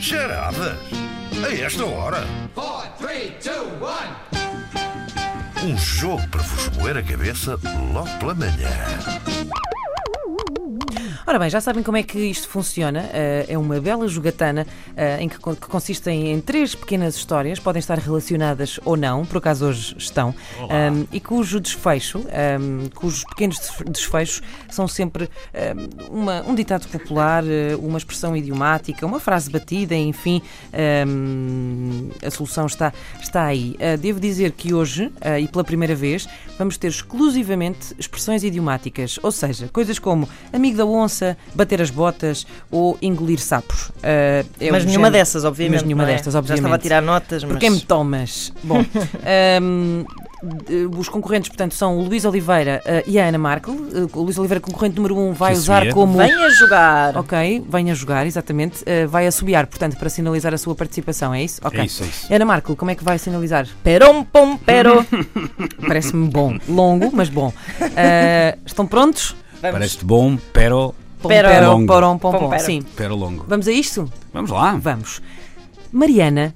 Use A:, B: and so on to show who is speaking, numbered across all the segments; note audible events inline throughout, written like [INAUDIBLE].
A: Charadas? A esta hora?
B: Four, three, two, one.
A: Um jogo para vos moer a cabeça logo pela manhã.
C: Ora bem, já sabem como é que isto funciona. Eh, é uma bela jogatana eh, em que, con- que consistem em três pequenas histórias, podem estar relacionadas ou não, por acaso hoje estão, ehm, e cujo desfecho, ehm, cujos pequenos desf- desfechos são sempre ehm, uma- um ditado popular, eh, uma expressão idiomática, uma frase batida, enfim, ehm, a solução está, está aí. Eh, devo dizer que hoje, eh, e pela primeira vez, vamos ter exclusivamente expressões idiomáticas, ou seja, coisas como amigo da onça, bater as botas ou engolir sapos. Eh, é
D: mas
C: um
D: nenhuma
C: género-
D: dessas, obviamente.
C: Mas nenhuma
D: não é?
C: destas,
D: Já estava a
C: obviamente.
D: tirar notas, mas.
C: Porque me tomas?
D: [LAUGHS]
C: Bom, hum, de- os concorrentes, portanto, são o Luís Oliveira eh, e a Ana Markel. Eh, o Luís Oliveira, concorrente número 1, um, vai
E: Que
C: usar
E: assumia.
C: como.
D: Venha jogar!
C: Ok, venha jogar, exatamente. Eh, vai assobiar, portanto, para sinalizar a sua participação, é isso? Ok.
E: É isso, é isso.
C: Ana Markel, como é que vai sinalizar?
D: Perom, pom, [LAUGHS] pero.
C: Parece-me bom. Longo, mas bom. Eh, estão prontos?
E: Parece-te bom, pero,
C: Pom,
D: Pero.
C: pero,
E: Longo.
C: porom, pom, pom.
D: Pom, pero.
C: Sim.
E: pero longo.
C: Vamos a isto?
E: Vamos lá.
C: Vamos. Mariana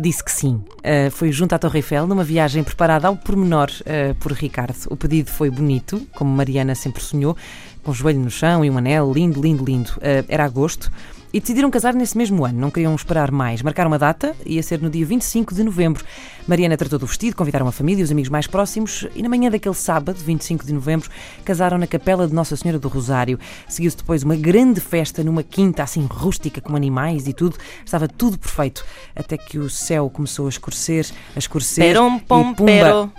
C: disse que sim. Uh, foi junto à Torre Eiffel numa viagem preparada ao pormenor uh, por Ricardo. O pedido foi bonito, como Mariana sempre sonhou, com o joelho no chão e um anel, lindo, lindo, lindo. Uh, era agosto. E decidiram casar nesse mesmo ano, não queriam esperar mais. Marcaram a data, ia ser no dia 25 de novembro. Mariana tratou do vestido, convidaram a família e os amigos mais próximos e na manhã daquele sábado, 25 de novembro, casaram na capela de Nossa Senhora do Rosário. Seguiu-se depois uma grande festa numa quinta assim rústica, com animais e tudo. Estava tudo perfeito, até que o céu começou a escurecer, a escurecer.
D: Perom,
C: e
D: um pom,
C: pumba,
D: pero.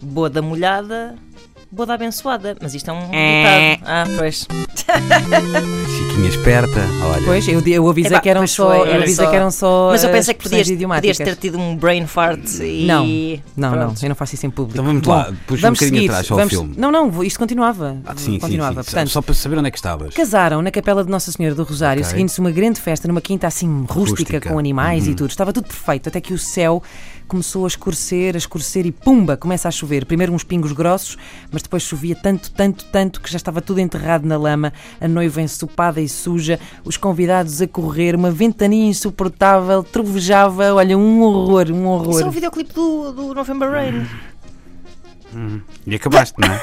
D: Boda molhada, boda abençoada. Mas isto é um
C: É.
D: ditado. Ah, pois.
E: Chiquinha esperta. Olha.
C: Pois, eu, eu avisei
D: Epá,
C: que eram
D: pois
C: só,
D: foi,
C: eu
D: era
C: avisei
D: só-
C: que eram só
D: Mas eu
C: eh,
D: pensei que
C: expressões
D: podias, podias
C: idiomáticas.
D: ter tido um brain fart e.
C: Não, não, não,
D: Pronto.
C: eu não faço isso em público.
E: Então vamos
C: Bom,
E: lá, puxa um
C: vamos
E: bocadinho
C: seguir,
E: atrás ao
C: vamos-
E: filme.
C: Não, não, isto continuava.
E: Ah, sim, sim,
C: continuava.
E: sim.
C: Portanto,
E: Só para saber onde é que estavas.
C: Casaram na capela de Nossa Senhora do Rosário,
E: Ok.
C: seguindo-se uma grande festa numa quinta assim rústica,
E: Rústica. Uhum.
C: com animais e tudo. Estava tudo perfeito, até que o céu começou a escurecer, a escurecer e pumba, começa a chover. Primeiro uns pingos grossos, mas depois chovia tanto, tanto, tanto que já estava tudo enterrado na lama, a noiva ensopada e suja, os convidados a correr, uma ventania insuportável, trovejava, olha, um horror, um horror.
D: Isso é um videoclipe do, do November Rain.
E: Hum, E acabaste, não é?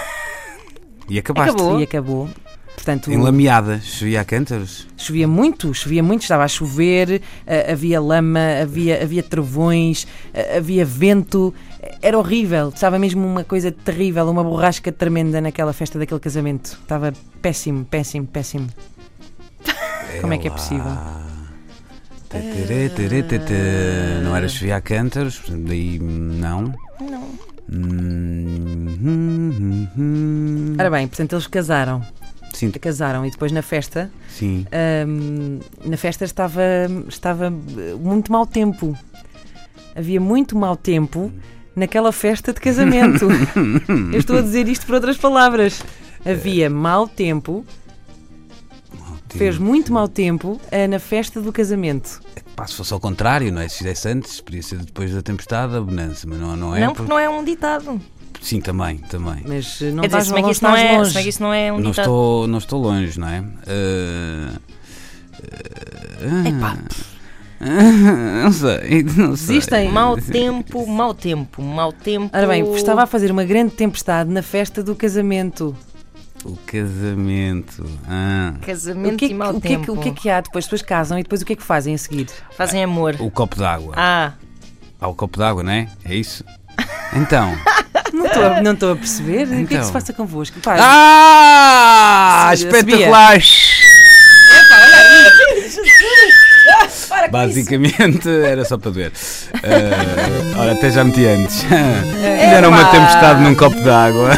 E: E acabaste.
C: E acabou. Portanto,
E: Enlameada. Chovia a cântaros.
C: Chovia muito, chovia muito, estava a chover, eh, havia lama, havia, havia trovões, eh, havia vento, eh, era horrível, estava mesmo uma coisa terrível, uma borrasca tremenda naquela festa daquele casamento. Estava péssimo, péssimo, péssimo. Como é que é possível?
E: Tê, tê,
C: Ah.
E: tê, tê, tê, tê. Não era chovia a cântaros, portanto, daí não.
D: Não.
E: Hum,
C: Ora bem, portanto eles casaram,
E: Sim,
C: casaram e depois na festa,
E: sim.
C: ahm, na festa estava, estava eh, muito mau tempo. Havia muito mau tempo naquela festa de casamento. Eu estou a dizer isto por outras palavras. Havia mau tempo, eh, fez muito mau tempo eh, na festa do casamento.
E: Pá, se fosse ao contrário, não é? Se fizesse antes, podia ser depois da tempestade, a bonança, mas não, não é?
D: Não, porque não é um ditado.
E: Sim, também, também.
C: Mas eh, não
D: Quer dizer,
C: estás,
D: se bem que
C: não
D: isso não
C: estás
D: é- se
C: longe.
D: bem que isso não é um
E: Não
D: ditado.
E: estou, não estou longe, não é? Ah, ah,
D: Epá.
E: ah, [LAUGHS] não sei, não sei. [LAUGHS]
C: Existem.
D: Mau tempo, mau tempo, mau tempo.
C: Ora bem, estava a fazer uma grande tempestade na festa do casamento.
E: O casamento. Ah,
D: Casamento
C: o, que é
D: e
C: que,
D: mau
C: o, que é que,
D: tempo.
C: o que é que há? Depois as pessoas casam e depois o que é que fazem a
D: [LAUGHS]
C: seguir?
D: Fazem amor.
E: o copo d'água.
D: Ah,
E: Há o copo d'água, não é? É isso? Então.
C: Não estou a, não estou a perceber. O que é que
E: Então.
C: se passa convosco? Pá,
E: ah!
C: Sabia.
E: Espetacular!
C: [LAUGHS]
E: Basicamente era só para doer. Ah, ora, até já meti antes. Fizeram uma tempestade um num copo d'água.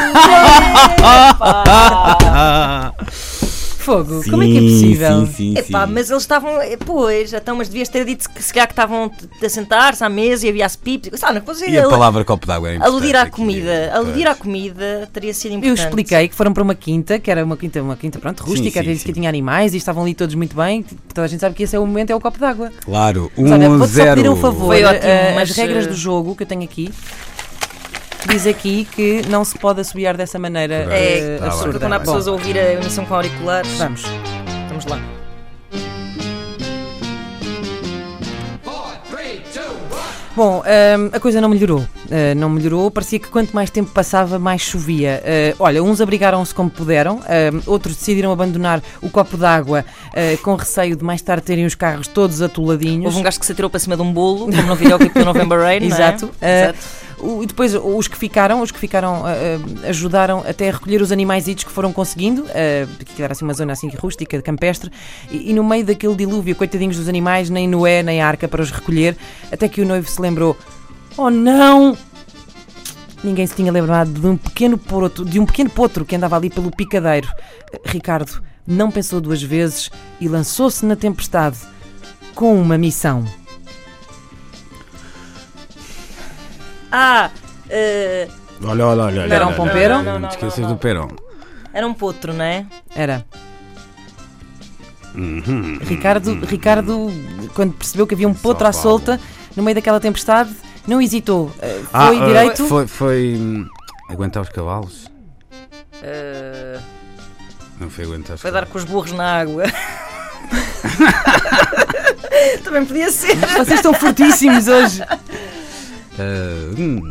C: Fogo, como é que é possível?
E: Sim, sim, sim.
D: Epá, mas eles estavam. eh, Pois, então, mas devias ter dito que se calhar que estavam t- a sentar-se à mesa e havia-se pipas. Sabe, não
E: E a palavra copo d'água era importante
D: Aludir à
E: aqui.
D: comida. Aludir à
E: Pois.
D: comida teria sido
C: Eu
D: importante.
C: expliquei que foram para uma quinta, que era uma quinta, uma quinta pronto, rústica,
E: sim,
C: até disse que
E: sim.
C: tinha animais e estavam ali todos muito bem. Toda a gente sabe que esse é o momento, é o copo d'água.
E: Claro,
C: Olha,
E: um
C: vou-te só pedir
E: zero.
C: um favor.
D: Foi ótimo,
C: eh,
D: mas,
C: As regras
D: eh,
C: do jogo que eu tenho aqui diz aqui que não se pode assobiar dessa maneira
D: É
C: eh,
E: Tá bem,
D: absurdo
C: absurda.
D: quando há
C: Bom,
D: pessoas a ouvir a emissão com auriculares.
C: Vamos.
D: Vamos lá.
C: Bom, hum, a coisa não melhorou. Uh, não melhorou. Parecia que quanto mais tempo passava, mais chovia. Uh, olha, uns abrigaram-se como puderam, hum, outros decidiram abandonar o copo d'água uh, com receio de mais tarde terem os carros todos atoladinhos.
D: Houve um gajo que se atirou para cima de um bolo, como no videoclipe do November Rain. não é?
C: Exato. Eh,
D: Exato.
C: O- E depois os que ficaram, os que ficaram ah, ah, ajudaram até a recolher os animaizitos que foram conseguindo, ah, porque era assim uma zona assim rústica, campestre, e, e no meio daquele dilúvio, coitadinhos dos animais, nem Noé, nem arca para os recolher, até que o noivo se lembrou: Oh não! Ninguém se tinha lembrado de um pequeno potro, de um pequeno potro que andava ali pelo picadeiro. Eh, Ricardo não pensou duas vezes e lançou-se na tempestade com uma missão.
D: Ah, eh,
E: Olha, olha, olha. olha,
C: Perão
E: olha,
C: com
E: olha,
C: perão?
E: olha,
D: Não, não,
E: Não
D: não,
E: te esqueças
D: não.
E: do perão.
D: era um potro, não é?
C: Era.
E: Uhum.
C: Ricardo, Ricardo, quando percebeu que havia um potro à
E: Paulo.
C: solta, no meio daquela tempestade, não hesitou. eh,
E: Ah,
C: Foi
E: ah,
C: direito.
E: Foi, foi, hum, aguentar os cavalos.
D: Eh,
E: Não foi aguentar os
D: foi dar
E: cavalos.
D: com os burros na água. [LAUGHS] Também podia ser.
C: Vocês estão fortíssimos
D: [LAUGHS]
C: hoje.
E: Ah, hum.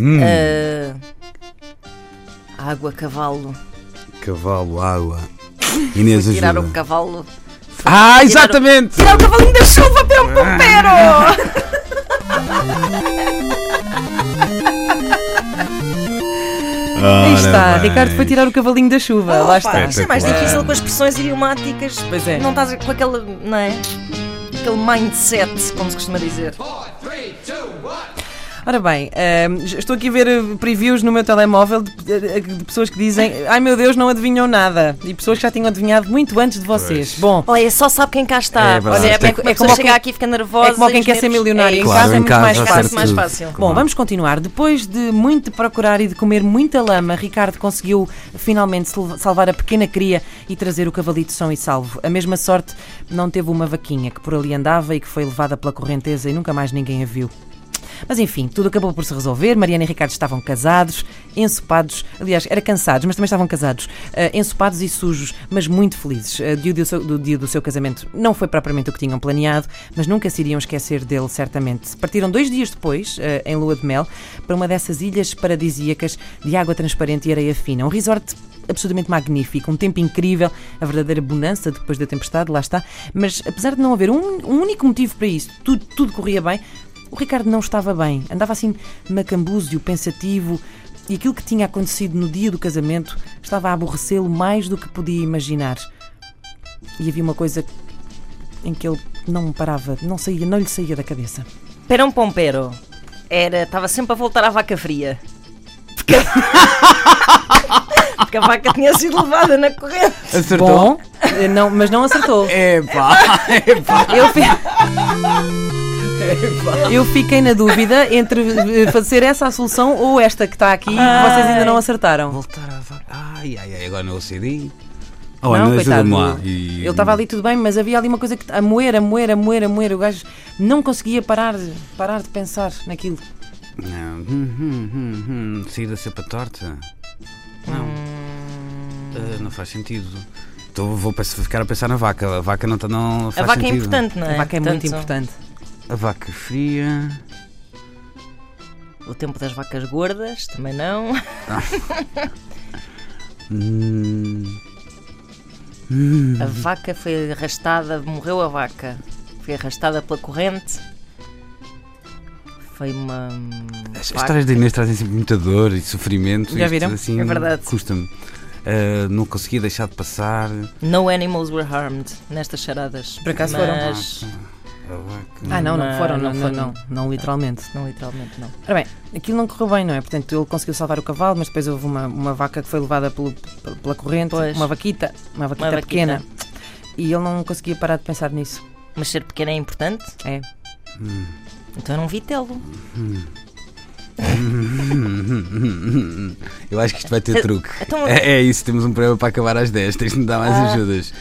E: Hum,
D: Eh, água, cavalo.
E: Cavalo, água. Inês
D: Tirar
C: um
E: ajuda.
D: o cavalo.
E: Ah, exatamente!
D: Tirar É o cavalinho da chuva para
E: Ah,
D: um pompero!
C: Aí está. Ricardo foi tirar o cavalinho da chuva. Lá está.
E: Espetacular.
D: Isto é mais difícil com as expressões idiomáticas.
C: Pois é.
D: Não estás com aquele, não é? Aquele mindset, como se costuma dizer.
B: Four, three, two, one.
C: Ora bem, ehm, j- estou aqui a ver eh, previews no meu telemóvel de, eh, de pessoas que dizem ai meu Deus, não adivinham nada. E pessoas que já tinham adivinhado muito antes de vocês.
E: Pois.
C: Bom,
D: Olha, só sabe quem cá está.
E: É verdade.
D: Olha,
E: Tem
D: é,
C: que-
D: como,
C: é
D: é
C: como
D: como
C: quem-
D: chegar aqui e fica nervosa.
C: é como alguém
D: e
C: quer
D: os
C: ser
D: nervos-
C: milionário.
D: é
C: Em
D: isso.
C: casa é
E: Claro, em
C: muito
E: casa
C: mais
E: é
C: fácil.
E: certo
D: mais
E: tudo.
D: fácil.
C: Bom, vamos continuar. Depois de muito procurar e de comer muita lama, Ricardo conseguiu finalmente sal- salvar a pequena cria e trazer o cavalito são e salvo. A mesma sorte não teve uma vaquinha que por ali andava e que foi levada pela correnteza e nunca mais ninguém a viu. Mas enfim, tudo acabou por se resolver. Mariana e Ricardo estavam casados, ensopados, aliás, era cansados, mas também estavam casados, eh, ensopados e sujos, mas muito felizes. Eh, dia do, seu, do dia do seu casamento não foi propriamente o que tinham planeado, mas nunca se iriam esquecer dele, certamente. Partiram dois dias depois, eh, em lua de mel, para uma dessas ilhas paradisíacas de água transparente e areia fina. Um resort absolutamente magnífico, um tempo incrível, a verdadeira bonança depois da tempestade, lá está. Mas apesar de não haver um, um único motivo para isso, tudo, tudo corria bem, o Ricardo não estava bem. Andava assim macambúzio, pensativo, e aquilo que tinha acontecido no dia do casamento estava a aborrecê-lo mais do que podia imaginar. E havia uma coisa em que ele não parava, não saía, não lhe saía da cabeça.
D: Perão Pompero um era, estava sempre a voltar à vaca fria. Porque, Porque a vaca tinha sido levada na corrente.
E: Acertou? É.
C: Bom, eh, não, mas não acertou.
E: Epá!
C: [LAUGHS]
E: Epá!
C: Eu, fi- Eu fiquei na dúvida entre eh, fazer essa a solução ou esta que está aqui e que vocês ainda não acertaram.
E: Voltar à vaca. Ai, ai, ai, agora não o CD.
C: não,
E: Olha, ajuda-me lá.
C: coitado.
E: E-
C: Ele estava ali tudo bem, mas havia ali uma coisa que a moer, a moer, a moer, a moer. O gajo não conseguia parar, de- parar de pensar naquilo.
E: Não. Hum, hum, hum, hum. Saída sempre torta. Não. Ah, não faz sentido. Então vou pens- ficar a pensar na vaca. A vaca não, tá- não
D: A
E: faz
D: vaca é
E: sentido.
D: importante, não é?
C: A vaca é muito
D: Portanto,
C: importante.
E: A vaca é fria.
D: O tempo das vacas gordas, também não.
E: Hum,
D: A
E: Uhum.
D: vaca foi arrastada, morreu a vaca. Foi arrastada pela corrente. Foi uma. hum,
E: as as
D: vaca-
E: histórias da Inês trazem sempre muita dor e sofrimento.
C: Já
E: Isto,
C: viram?
E: Assim,
D: É verdade.
E: Custa-me. Ah, não consegui deixar de passar.
D: No animals were harmed nestas charadas.
C: Por acaso foram.
D: mas...
E: A vaca.
C: Ah, não, não
D: Não,
C: foram, não,
D: não
C: não,
D: foram.
C: não, não literalmente.
D: Não, literalmente não.
C: Ora bem, aquilo não correu bem, não é? Portanto, ele conseguiu salvar o cavalo, mas depois houve uma, uma vaca que foi levada pelo- pela- pela corrente,
D: Pois.
C: uma vaquita, uma vaquita
D: vaquita.
C: pequena. E ele não conseguia parar de pensar nisso.
D: Mas ser pequeno é importante,
C: É.
D: então era um vitelo.
E: Ah. Eu acho que isto vai ter truque.
D: então-
E: É, é isso, temos um programa para acabar às 10. Tens de me dar mais ajudas.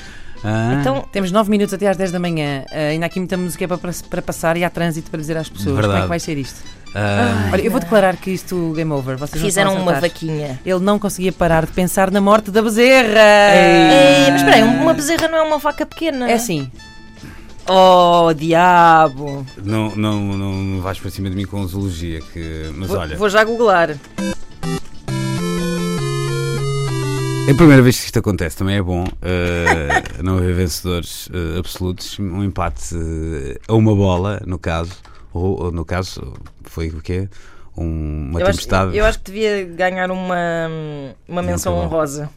E: Ah,
D: Então,
C: Temos 9 minutos até às 10 da manhã. Ah, ainda há aqui muita música para, para passar e há trânsito para dizer às pessoas como é
E: Verdade.
C: que vai ser isto.
E: ah,
C: Olha, eu vou declarar que isto game over. Vocês não
D: fizeram
C: estão a
D: uma
C: acertar.
D: vaquinha.
C: Ele não conseguia parar de pensar na morte da bezerra.
D: um- Ei, mas espera aí, uma bezerra não é uma vaca pequena.
C: É assim.
D: Oh, diabo!
E: Não, não, não vais para cima de mim com zoologia, que... mas
D: Vou,
E: olha,
D: vou já googlar.
E: é a primeira vez que isto acontece, também é bom eh, não haver vencedores eh, absolutos, um empate eh, a uma bola, no caso, ou, ou no caso, foi o quê? Um- uma
D: Eu acho,
E: tempestade.
D: eu acho que devia ganhar uma, hum, uma menção
E: tá bom. Então
D: honrosa.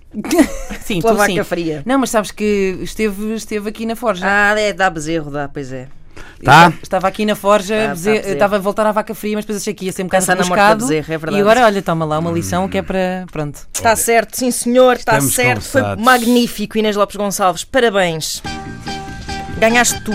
C: Sim,
D: Pela
C: tu
D: vaca
C: sim.
D: fria.
C: Não, mas sabes que esteve, esteve aqui na forja.
D: Ah, é, dá bezerro, dá, pois é.
E: Tá?
C: Estava aqui na forja,
D: Tá,
C: dizer-
D: tá, sim.
C: estava a voltar à vaca fria, mas depois achei que ia ser um bocado
D: Pensar na morte
C: rebuscado.
D: do bezerro, é verdade.
C: E agora, olha, toma lá uma lição que é para. Pronto.
D: Está certo, sim senhor, está
E: Estamos
D: certo. Foi
E: conversados.
D: magnífico, Inês Lopes Gonçalves. Parabéns. Ganhaste tu.